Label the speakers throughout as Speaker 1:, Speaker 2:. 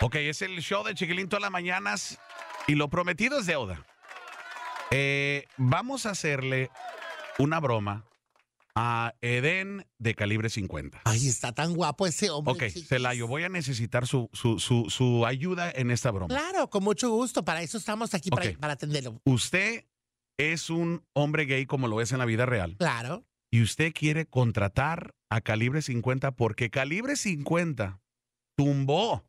Speaker 1: Ok, es el show de Chiquilín todas las mañanas y lo prometido es deuda. Eh, vamos a hacerle una broma a Eden de calibre 50.
Speaker 2: Ay, está tan guapo ese hombre.
Speaker 1: Ok,
Speaker 2: chiquis.
Speaker 1: Celayo, voy a necesitar su, su, su, su ayuda en esta broma.
Speaker 2: Claro, con mucho gusto. Para eso estamos aquí, para,
Speaker 1: Ok.
Speaker 2: para atenderlo.
Speaker 1: Usted es un hombre gay como lo es en la vida real
Speaker 2: Claro.
Speaker 1: y usted quiere contratar a Calibre 50 porque Calibre 50 tumbó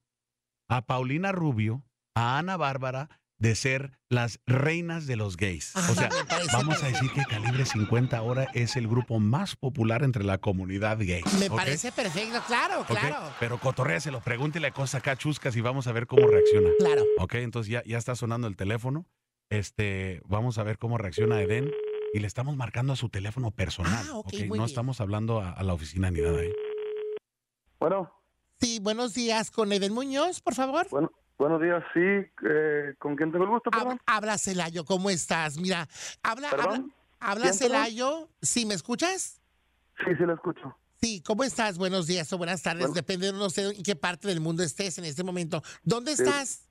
Speaker 1: a Paulina Rubio, a Ana Bárbara de ser las reinas de los gays. O sea,
Speaker 2: me parece
Speaker 1: vamos a decir que Calibre 50 ahora es el grupo más popular entre la comunidad gay.
Speaker 2: Me
Speaker 1: ¿ok?
Speaker 2: parece perfecto, claro,
Speaker 1: ¿Ok?
Speaker 2: claro.
Speaker 1: Pero cotorréaselo, pregúntele cosas acá chuscas y vamos a ver cómo reacciona.
Speaker 2: Claro.
Speaker 1: Ok, entonces ya, ya está sonando el teléfono. Este, vamos a ver cómo reacciona Eden. Y le estamos marcando a su teléfono personal.
Speaker 2: Ah, ok,
Speaker 1: ok,
Speaker 2: muy
Speaker 1: no
Speaker 2: bien.
Speaker 1: estamos hablando a, a la oficina ni nada. ¿eh?
Speaker 3: Bueno,
Speaker 2: Sí, buenos días con Eden Muñoz, por favor.
Speaker 3: bueno, buenos días, sí. eh, ¿Con quién tengo el gusto,
Speaker 2: Hab-
Speaker 3: perdón?
Speaker 2: habla Celayo, ¿cómo estás? Mira, habla, habla,
Speaker 3: ¿Perdón?
Speaker 2: habla
Speaker 3: ¿Quién, perdón?
Speaker 2: Celayo. ¿Sí me escuchas?
Speaker 3: Sí, sí, la escucho.
Speaker 2: Sí, ¿cómo estás? Buenos días o buenas tardes.
Speaker 3: Bueno.
Speaker 2: Depende, no sé en qué parte del mundo estés en este momento. ¿Dónde
Speaker 3: Sí.
Speaker 2: estás?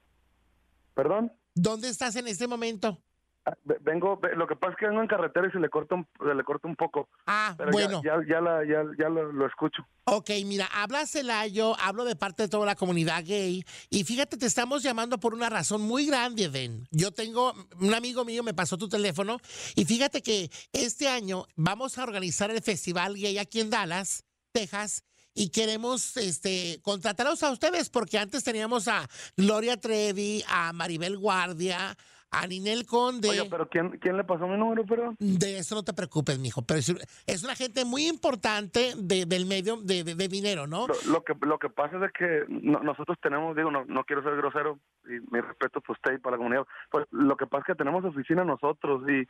Speaker 3: ¿Perdón?
Speaker 2: ¿Dónde estás en este momento?
Speaker 3: Ah, ve- Vengo, ve- lo que pasa es que vengo en carretera y se le corta un, se le corta un poco,
Speaker 2: Ah,
Speaker 3: pero
Speaker 2: bueno.
Speaker 3: ya, ya, ya, la, ya, ya lo, lo escucho.
Speaker 2: Ok, mira, habla Celayo, hablo de parte de toda la comunidad gay y fíjate, te estamos llamando por una razón muy grande, Eden. Yo tengo, un amigo mío me pasó tu teléfono y fíjate que este año vamos a organizar el Festival Gay aquí en Dallas, Texas. Y queremos este, contratarlos a ustedes porque antes teníamos a Gloria Trevi, a Maribel Guardia, a Ninel Conde.
Speaker 3: Oye, pero ¿quién, quién le pasó mi número, perdón?
Speaker 2: De eso no te preocupes, mijo. Pero es, es una gente muy importante de- del medio de, de, de dinero, ¿no?
Speaker 3: Lo, lo que, lo que pasa es que no- nosotros tenemos, digo, no, no quiero ser grosero, y mi respeto para usted y para la comunidad, pues lo que pasa es que tenemos oficina nosotros y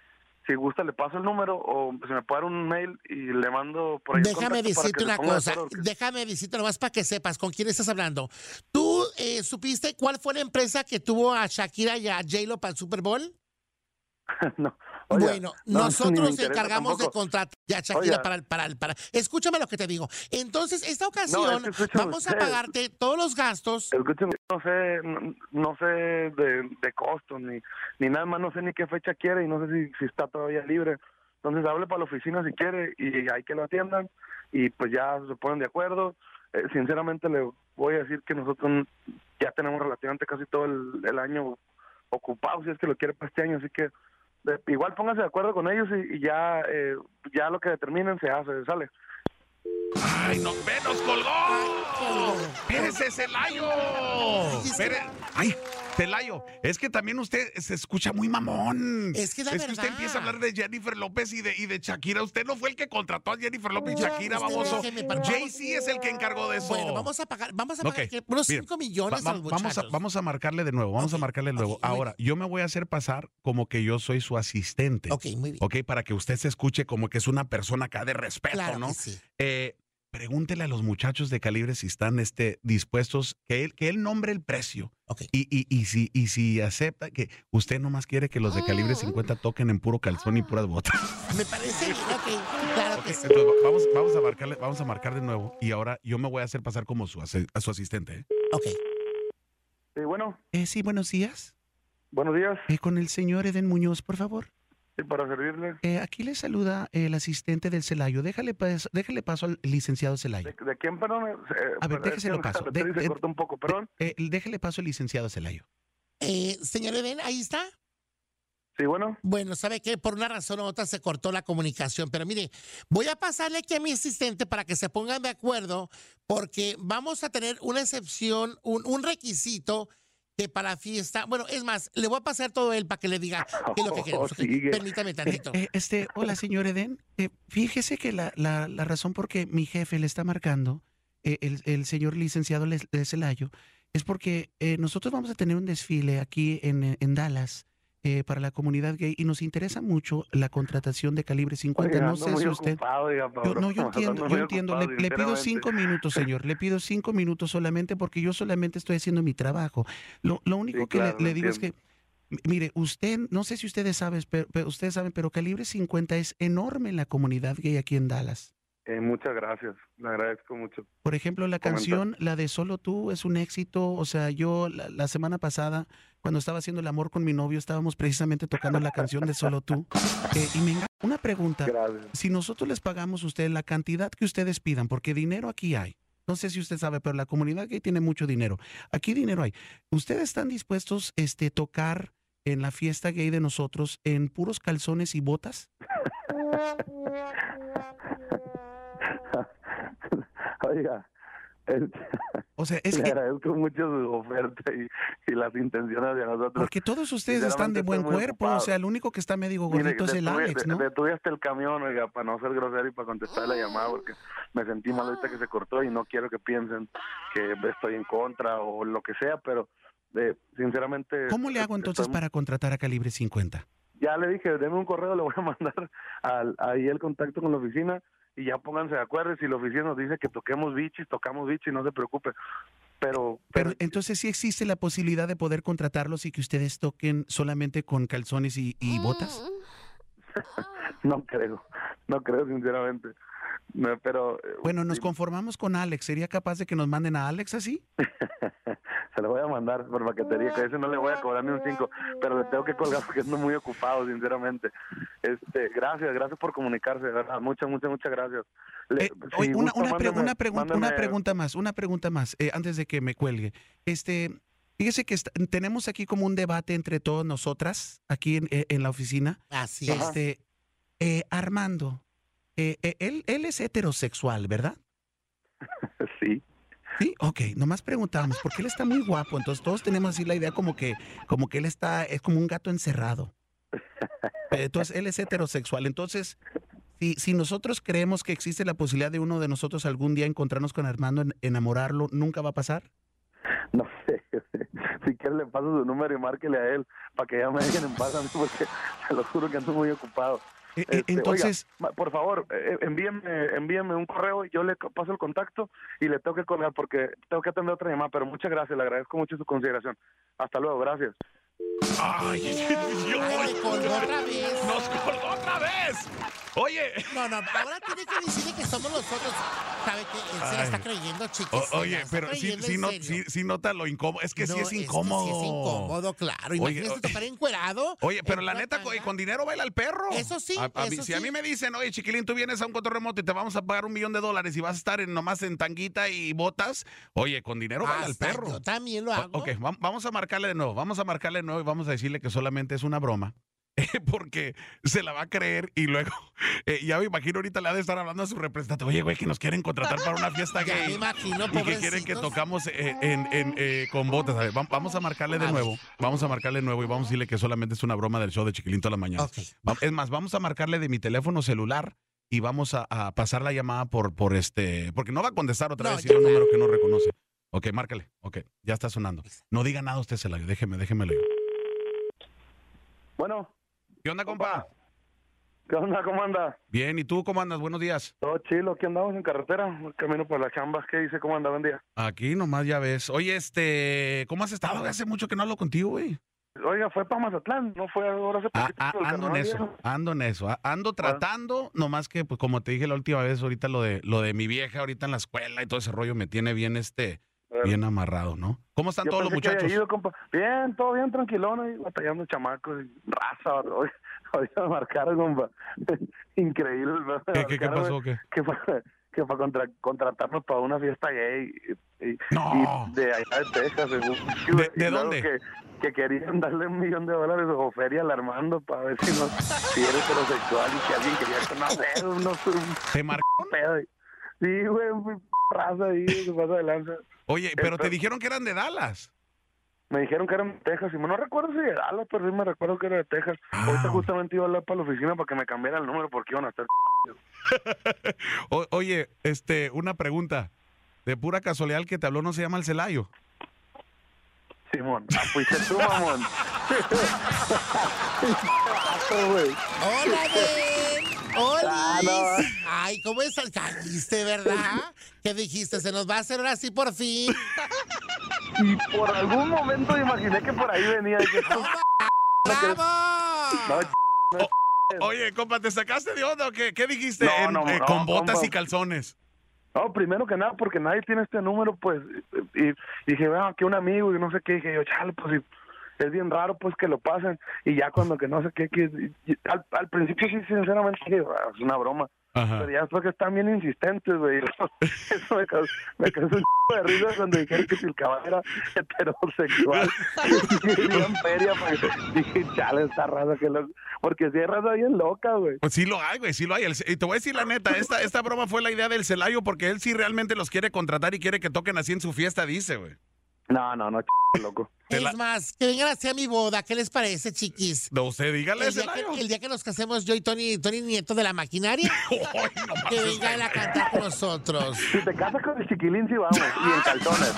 Speaker 3: si gusta le paso el número o si me puede dar un mail y le mando por ahí el
Speaker 2: Déjame
Speaker 3: contacto para que
Speaker 2: decirte
Speaker 3: se
Speaker 2: una
Speaker 3: ponga de
Speaker 2: cosa,
Speaker 3: acuerdo, porque-
Speaker 2: déjame decirte nomás para que sepas con quién estás hablando. ¿Tú eh, supiste cuál fue la empresa que tuvo a Shakira y a J-Lo para el Super Bowl?
Speaker 3: No. Oiga,
Speaker 2: bueno,
Speaker 3: no, ni me
Speaker 2: nosotros nos
Speaker 3: interesa
Speaker 2: encargamos de
Speaker 3: tampoco.
Speaker 2: contratar a Shakira
Speaker 3: Oiga.
Speaker 2: para el, para el, para. Escúchame lo que te digo. Entonces, esta ocasión
Speaker 3: que escúchame
Speaker 2: vamos a
Speaker 3: usted.
Speaker 2: pagarte todos los gastos.
Speaker 3: Escúcheme, no sé, no, no sé de, de costo ni, ni nada más, no sé ni qué fecha quiere y no sé si, si está todavía libre. Entonces hable para la oficina si quiere y hay que lo atiendan y pues ya se ponen de acuerdo. Eh, sinceramente le voy a decir que nosotros ya tenemos relativamente casi todo el, el año ocupado si es que lo quiere para este año, así que eh, igual pónganse de acuerdo con ellos y, y ya eh, ya lo que determinen se hace, sale.
Speaker 1: ¡Ay, no! ¡Ve, nos colgó! ¡Espérese, Celayo!
Speaker 2: es que-
Speaker 1: Espere- ¡Ay, Celayo! Es que también usted se escucha muy mamón.
Speaker 2: Es que es la
Speaker 1: usted
Speaker 2: verdad.
Speaker 1: empieza a hablar de Jennifer López y de, y de Shakira. Usted no fue el que contrató a Jennifer López y
Speaker 2: Yo-
Speaker 1: Shakira,
Speaker 3: Este,
Speaker 2: usted
Speaker 1: baboso.
Speaker 2: déjeme, por favor.
Speaker 1: Jay-Z es el que encargó de eso.
Speaker 2: Bueno, vamos a pagar, vamos a
Speaker 1: Ok,
Speaker 2: pagar que- unos
Speaker 1: mira,
Speaker 2: 5 millones
Speaker 1: Va-
Speaker 2: a los
Speaker 1: va- vamos, a,
Speaker 2: muchachos.
Speaker 1: vamos a marcarle de nuevo, vamos
Speaker 2: Ok,
Speaker 1: a marcarle de nuevo.
Speaker 2: ok, muy
Speaker 1: Ahora, yo me voy a hacer pasar como que yo soy su asistente.
Speaker 2: Ok, muy bien.
Speaker 1: ok, para que usted se escuche como que es una persona acá de respeto,
Speaker 2: Claro
Speaker 1: ¿no?
Speaker 2: que sí.
Speaker 1: Eh, pregúntele a los muchachos de calibre si están este, dispuestos, que él, que él nombre el precio.
Speaker 2: Ok.
Speaker 1: Y, y, y si, y si acepta que usted nomás quiere que los de calibre
Speaker 2: Ah.
Speaker 1: 50 toquen en puro calzón y puras botas.
Speaker 2: Me parece bien, ok, Ah, claro
Speaker 1: Ok,
Speaker 2: que sí.
Speaker 1: entonces va- vamos, vamos a marcarle, vamos a marcar de nuevo y ahora yo me voy a hacer pasar como su, ase- a su asistente. ¿eh?
Speaker 2: Ok.
Speaker 3: Y bueno,
Speaker 1: sí, buenos días.
Speaker 3: buenos días
Speaker 1: Eh, con el señor Eden Muñoz, por favor.
Speaker 3: y para servirle.
Speaker 1: Eh, aquí le saluda el asistente del Celayo. Déjale, pas- déjale paso al licenciado Celayo.
Speaker 3: ¿De, de quién, perdón? Eh,
Speaker 1: A ver,
Speaker 3: es
Speaker 1: déjeselo
Speaker 3: que
Speaker 1: paso.
Speaker 3: la tele
Speaker 1: De-
Speaker 3: se
Speaker 1: de-
Speaker 3: cortó un poco, perdón.
Speaker 1: Eh, déjale paso al licenciado Celayo.
Speaker 2: Eh, señor Eden, ahí está.
Speaker 3: Sí, bueno.
Speaker 2: Bueno, sabe que por una razón u otra se cortó la comunicación, pero mire, voy a pasarle aquí a mi asistente para que se pongan de acuerdo, porque vamos a tener una excepción, un, un requisito que para la fiesta, bueno, es más, le voy a pasar todo él para que le diga qué es lo que queremos. ok.
Speaker 3: Oh, Sigue.
Speaker 2: Permítame tantito.
Speaker 4: Eh, este, hola, señor Eden. Eh, fíjese que la, la- la razón por que mi jefe le está marcando, eh, el, el señor licenciado Les- de Celayo, es porque eh, nosotros vamos a tener un desfile aquí en, eh, en Dallas eh, para la comunidad gay y nos interesa mucho la contratación de calibre 50.
Speaker 3: Oiga,
Speaker 4: no
Speaker 3: ando
Speaker 4: sé
Speaker 3: muy
Speaker 4: si usted.
Speaker 3: ocupado, oiga,
Speaker 4: Yo,
Speaker 3: Pablo.
Speaker 4: no, yo
Speaker 3: Ando
Speaker 4: entiendo,
Speaker 3: muy
Speaker 4: yo entiendo. Le,
Speaker 3: ocupado,
Speaker 4: le pido
Speaker 3: sinceramente.
Speaker 4: cinco minutos, señor. Le pido cinco minutos solamente porque yo solamente estoy haciendo mi trabajo. Lo, lo único que le-
Speaker 3: claro,
Speaker 4: le,
Speaker 3: lo
Speaker 4: digo es que, m- mire, usted, no sé si ustedes saben, pero, pero ustedes saben, pero Calibre 50 es enorme en la comunidad gay aquí en Dallas.
Speaker 3: Eh, muchas gracias, le agradezco mucho.
Speaker 4: Por ejemplo, la
Speaker 3: Comenta.
Speaker 4: canción, la de Solo tú, es un éxito. O sea, yo la, la semana pasada, cuando estaba haciendo el amor con mi novio, estábamos precisamente tocando la canción de Solo tú. Eh, y me enga- una pregunta.
Speaker 3: Gracias.
Speaker 4: Si nosotros les pagamos a ustedes la cantidad que ustedes pidan, porque dinero aquí hay. No sé si usted sabe, pero la comunidad gay tiene mucho dinero. Aquí dinero hay. ¿Ustedes están dispuestos a este, tocar en la fiesta gay de nosotros en puros calzones y botas?
Speaker 3: Oiga, este,
Speaker 4: O sea, es
Speaker 3: le
Speaker 4: que...
Speaker 3: agradezco mucho su oferta y, y las intenciones de nosotros.
Speaker 4: Porque todos ustedes están de
Speaker 3: sinceramente
Speaker 4: buen
Speaker 3: estoy muy
Speaker 4: cuerpo. O
Speaker 3: ocupado.
Speaker 4: sea, el único que está medio
Speaker 3: Mire,
Speaker 4: gordito es el
Speaker 3: detuve-
Speaker 4: Alex,
Speaker 3: de-
Speaker 4: ¿no?
Speaker 3: detuve hasta el camión, oiga, para no ser grosero y para contestar la llamada, porque me sentí mal ahorita que se cortó y no quiero que piensen que estoy en contra o lo que sea, pero eh, sinceramente...
Speaker 4: ¿Cómo le hago
Speaker 3: eh,
Speaker 4: entonces
Speaker 3: estoy-
Speaker 4: para contratar a Calibre 50?
Speaker 3: Ya le dije, deme un correo, le voy a mandar al, ahí el contacto con la oficina y ya pónganse de acuerdo. Y si la oficina nos dice que toquemos bichis, tocamos bichis, no se preocupe. Pero, pero,
Speaker 4: Pero entonces sí existe la posibilidad de poder contratarlos y que ustedes toquen solamente con calzones y, y botas.
Speaker 3: no creo, no creo sinceramente. No, pero eh,
Speaker 4: Bueno, nos
Speaker 3: sí,
Speaker 4: conformamos con Alex. ¿Sería capaz de que nos manden a Alex así?
Speaker 3: se lo voy a mandar por paquetería, que a ese no le voy a cobrar ni un cinco, pero le tengo que colgar porque ando muy ocupado, sinceramente. Este, gracias, gracias por comunicarse, de verdad. Muchas, muchas, muchas gracias. Le-
Speaker 4: Eh,
Speaker 3: si
Speaker 4: oye, una,
Speaker 3: gusta,
Speaker 4: una pre-
Speaker 3: mándeme-
Speaker 4: una pregunta, una
Speaker 3: mándeme-
Speaker 4: pregunta más, una pregunta más, eh, antes de que me cuelgue. Este, fíjese que est- tenemos aquí como un debate entre todas nosotras, aquí en- eh, en la oficina.
Speaker 2: Así es.
Speaker 3: Ajá.
Speaker 4: Este, eh, Armando, eh, eh, él, él es heterosexual, ¿verdad?
Speaker 3: Sí.
Speaker 4: Sí, ok, nomás preguntábamos, porque él está muy guapo, entonces todos tenemos así la idea como que, como que él está, es como un gato encerrado. Eh, Entonces, él es heterosexual, entonces, si, si nosotros creemos que existe la posibilidad de uno de nosotros algún día encontrarnos con Armando, en- enamorarlo, ¿nunca va a pasar?
Speaker 3: No sé, si quieres le paso su número y márquele a él para que ya me dejen en paz a mí, porque se lo juro que ando muy ocupado.
Speaker 4: Eh, eh,
Speaker 3: Este, oiga,
Speaker 4: entonces,
Speaker 3: Ma- Por favor, eh, envíenme, envíenme un correo y yo le co- paso el contacto y le tengo que colgar porque tengo que atender otra llamada, pero muchas gracias, le agradezco mucho su consideración. Hasta luego, gracias.
Speaker 1: ¡Ay!
Speaker 2: Ay, me colgó otra vez.
Speaker 1: ¡Nos colgó otra vez! Oye,
Speaker 2: No, no, ahora tiene que decirle que somos nosotros. ¿Sabe qué? Él se la
Speaker 1: Ay.
Speaker 2: está creyendo, chicos.
Speaker 1: o-
Speaker 2: se la
Speaker 1: oye,
Speaker 2: está
Speaker 1: pero sí,
Speaker 2: creyendo
Speaker 1: sí
Speaker 2: en
Speaker 1: no-
Speaker 2: serio.
Speaker 1: sí- sí nota lo incómodo. Es que
Speaker 2: No,
Speaker 1: sí es incómodo.
Speaker 2: Es, que sí es incómodo, claro.
Speaker 1: Oye,
Speaker 2: Imagínese
Speaker 1: o-
Speaker 2: tocar encuerado.
Speaker 1: Oye, pero
Speaker 2: en
Speaker 1: la
Speaker 2: una
Speaker 1: neta, co-
Speaker 2: tanga.
Speaker 1: con dinero baila el perro.
Speaker 2: Eso sí,
Speaker 1: A- a mí-
Speaker 2: eso
Speaker 1: si a
Speaker 2: sí.
Speaker 1: mí me dicen, oye, chiquilín, tú vienes a un control remoto y te vamos a pagar un millón de dólares y vas a estar en, nomás en tanguita y botas, oye, con dinero baila el
Speaker 2: Hasta
Speaker 1: perro.
Speaker 2: Yo también lo
Speaker 1: O-
Speaker 2: hago.
Speaker 1: Ok, vam- vamos a marcarle de nuevo, vamos a marcarle de nuevo y vamos a decirle que solamente es una broma. eh, Porque se la va a creer y luego, eh, ya me imagino ahorita le ha de estar hablando a su representante, oye, güey, que nos quieren contratar para una fiesta
Speaker 2: Ya me
Speaker 1: gay
Speaker 2: imagino,
Speaker 1: y que quieren que
Speaker 2: pobrecitos.
Speaker 1: tocamos eh, en, en, eh, con botas. A ver, vam- vamos a marcarle
Speaker 2: A
Speaker 1: de
Speaker 2: ver.
Speaker 1: nuevo, vamos a marcarle de nuevo y vamos a decirle que solamente es una broma del show de Chiquilinto a la mañana.
Speaker 2: Ok.
Speaker 1: Va- Es más, vamos a marcarle de mi teléfono celular y vamos a, a pasar la llamada por, por este, porque no va a contestar otra
Speaker 2: No,
Speaker 1: vez si
Speaker 2: ya
Speaker 1: es un
Speaker 2: no.
Speaker 1: número que no reconoce. Ok, márcale. Ok, ya está sonando. No diga nada usted, se la déjeme, déjeme leer.
Speaker 3: Bueno,
Speaker 1: ¿Qué onda, compa?
Speaker 3: ¿qué onda? ¿Cómo anda?
Speaker 1: Bien, ¿y tú cómo andas? Buenos días.
Speaker 3: Todo chilo, aquí andamos en carretera, camino por las chambas, ¿qué dice? ¿Cómo anda? Buen día.
Speaker 1: Aquí nomás ya ves. Oye, este, ¿cómo has estado? Hace mucho que no hablo contigo, güey.
Speaker 3: Oiga, fue para Mazatlán, no fue ahora hace
Speaker 1: Ah,
Speaker 3: poquito.
Speaker 1: ah,
Speaker 3: el
Speaker 1: ando en
Speaker 3: carnal
Speaker 1: eso,
Speaker 3: viejo.
Speaker 1: ando en eso, ah, ando tratando, nomás que pues como te dije la última vez, ahorita lo de lo de mi vieja ahorita en la escuela y todo ese rollo me tiene bien este bien amarrado, ¿no? ¿Cómo están
Speaker 3: Yo
Speaker 1: todos los
Speaker 3: pensé que había
Speaker 1: muchachos?
Speaker 3: ido, compa. Bien, todo bien, tranquilón, ahí batallando chamacos, y raza, hoy, hoy me marcaron, compa. Increíble, ¿no? Me
Speaker 1: ¿Qué, qué, qué
Speaker 3: marcaron,
Speaker 1: pasó? ¿Qué?
Speaker 3: Que para, que para contra- contratarnos para una fiesta gay. Y, y-
Speaker 1: No.
Speaker 3: y de allá de Texas, según. Y
Speaker 1: Oh. ¿De- de
Speaker 3: luego
Speaker 1: dónde?
Speaker 3: Que, que querían darle un millón de dólares o feria al Armando para ver si, no, si era heterosexual y que alguien quería conocer unos, un
Speaker 1: Te mar-
Speaker 3: pedo. Sí, güey, un raza ahí, se pasa de lanza.
Speaker 1: Oye, pero te
Speaker 3: Entonces-
Speaker 1: dijeron que eran de Dallas.
Speaker 3: Me dijeron que eran de Texas, y no recuerdo si de Dallas, pero sí me recuerdo que era de Texas. Ahorita
Speaker 1: Ah.
Speaker 3: justamente iba a hablar para la oficina para que me cambiara el número porque iban a estar.
Speaker 1: O- oye, este, una pregunta. De pura casualidad el que te habló no se llama el Celayo.
Speaker 3: Simón, ah, fuiste tú, mamón. Vato, güey.
Speaker 2: ¡Hola, Ben! ¡Hola!
Speaker 3: Ah, no.
Speaker 2: Liz! Ay, ¿cómo es? Caíste, ¿verdad? ¿Qué dijiste? Se nos va a hacer ahora sí por fin.
Speaker 3: y por algún momento imaginé que por ahí venía. y que-
Speaker 2: ¡Bravo!
Speaker 3: No,
Speaker 1: Oye, compa, ¿te sacaste de onda o qué? ¿Qué dijiste? eh,
Speaker 3: No, no, no,
Speaker 1: con botas
Speaker 3: compa.
Speaker 1: y calzones.
Speaker 3: No, primero que nada, porque nadie tiene este número, pues, y, y dije, bueno, que un amigo, y no sé qué, dije yo, chale, pues, y es bien raro, pues, que lo pasen, y ya cuando que no sé qué, que, y- al, al principio sí, sinceramente, dije, "Ah, es una broma,
Speaker 1: Ajá.
Speaker 3: pero ya después que están bien insistentes, güey, eso me causó, me causó un chico de risa cuando dijeron que si el caballo era heterosexual, y querían feria, pues, dije, chale, esta raza, que lo... porque si hay raza bien loca, güey.
Speaker 1: Pues sí lo hay, güey, sí lo hay. El- y te voy a decir la neta, esta, esta broma fue la idea del Celayo porque él sí realmente los quiere contratar y quiere que toquen así en su fiesta, dice, güey.
Speaker 3: No, no, no, ch... loco.
Speaker 1: Te
Speaker 2: Es
Speaker 1: la-
Speaker 2: más, que vengan así a mi boda. ¿Qué les parece, chiquis?
Speaker 1: No, usted dígale,
Speaker 2: El día,
Speaker 1: Celayo.
Speaker 2: que, el día que nos casemos yo y Tony, Tony Nieto de la maquinaria,
Speaker 1: Ay, no más,
Speaker 2: que
Speaker 1: este
Speaker 2: venga él a cantar con nosotros.
Speaker 3: Si te casas con el chiquilín, sí vamos, y en calzones.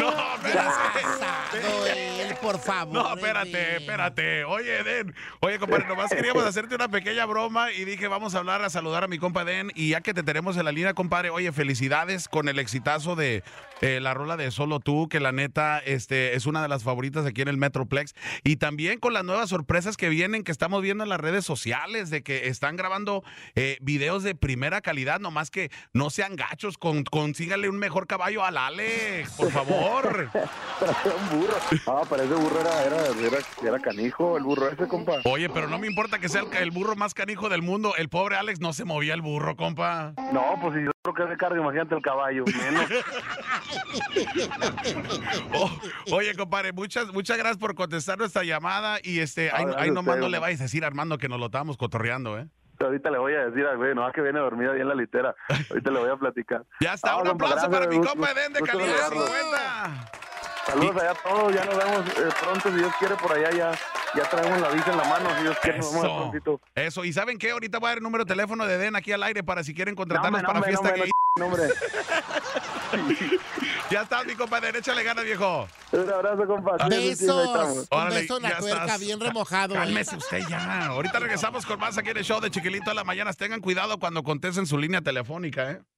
Speaker 1: No, espérate.
Speaker 2: Casado él, por favor.
Speaker 1: No, espérate,
Speaker 2: Edwin.
Speaker 1: espérate. Oye, Den. Oye, compadre, nomás queríamos hacerte una pequeña broma y dije, vamos a hablar, a saludar a mi compa Den. Y ya que te tenemos en la línea, compadre, oye, felicidades con el exitazo de eh, la rola de Solo Tú, que la neta este, es una de las favoritas aquí en el Metroplex. Y también con las nuevas sorpresas que vienen, que estamos viendo en las redes sociales, de que están grabando eh, videos de primera calidad, nomás que no sean gachos, con, consíganle un mejor caballo al Alex, por favor.
Speaker 3: Era un burro. Ah, pero ese burro era, era, era, era canijo, el burro ese, compa.
Speaker 1: Oye, pero no me importa que sea el, el burro más canijo del mundo. El pobre Alex no se movía el burro, compa.
Speaker 3: No, pues si yo creo que es de carga, imagínate el caballo. Menos.
Speaker 1: Oh, oye, compadre, muchas, muchas gracias por contestar nuestra llamada. Y este,
Speaker 3: Ah,
Speaker 1: ahí,
Speaker 3: gracias
Speaker 1: ahí
Speaker 3: a
Speaker 1: nomás
Speaker 3: usted,
Speaker 1: no le
Speaker 3: hombre.
Speaker 1: vayas a decir, a Armando, que nos lo estábamos cotorreando, ¿eh?
Speaker 3: Ahorita le voy a decir al güey, no, que viene dormida ahí en la litera. Ahorita le voy a platicar.
Speaker 1: Ya está,
Speaker 3: Ah,
Speaker 1: un
Speaker 3: compa,
Speaker 1: aplauso
Speaker 3: gracias,
Speaker 1: para mi
Speaker 3: gusto-
Speaker 1: compa Edén de
Speaker 3: gusto
Speaker 1: Cali
Speaker 3: saludarlo.
Speaker 1: 50.
Speaker 3: Saludos allá a todos, ya nos vemos eh, pronto, si Dios quiere, por allá ya, ya traemos la visa en la mano, si Dios quiere, nos vemos
Speaker 1: Eso.
Speaker 3: prontito.
Speaker 1: Eso, y ¿saben qué? Ahorita voy a dar el número de teléfono de Edén aquí al aire para si quieren
Speaker 3: No,
Speaker 1: contratarnos
Speaker 3: hombre, no,
Speaker 1: para
Speaker 3: hombre, no,
Speaker 1: fiesta
Speaker 3: hombre,
Speaker 1: gay.
Speaker 3: no, hombre.
Speaker 1: Ya está, mi compa Edén, échale ganas, viejo.
Speaker 3: Un abrazo, compa. Cuídense, ahí
Speaker 2: Besos.
Speaker 3: estamos.
Speaker 2: Un
Speaker 1: Órale,
Speaker 2: beso en
Speaker 1: ya
Speaker 2: la tuerca,
Speaker 1: estás.
Speaker 2: bien remojado. eh.
Speaker 1: Cálmese usted ya. Ahorita regresamos con más aquí en el show de Chiquilito a la mañana. Tengan cuidado cuando contesten su línea telefónica, ¿eh?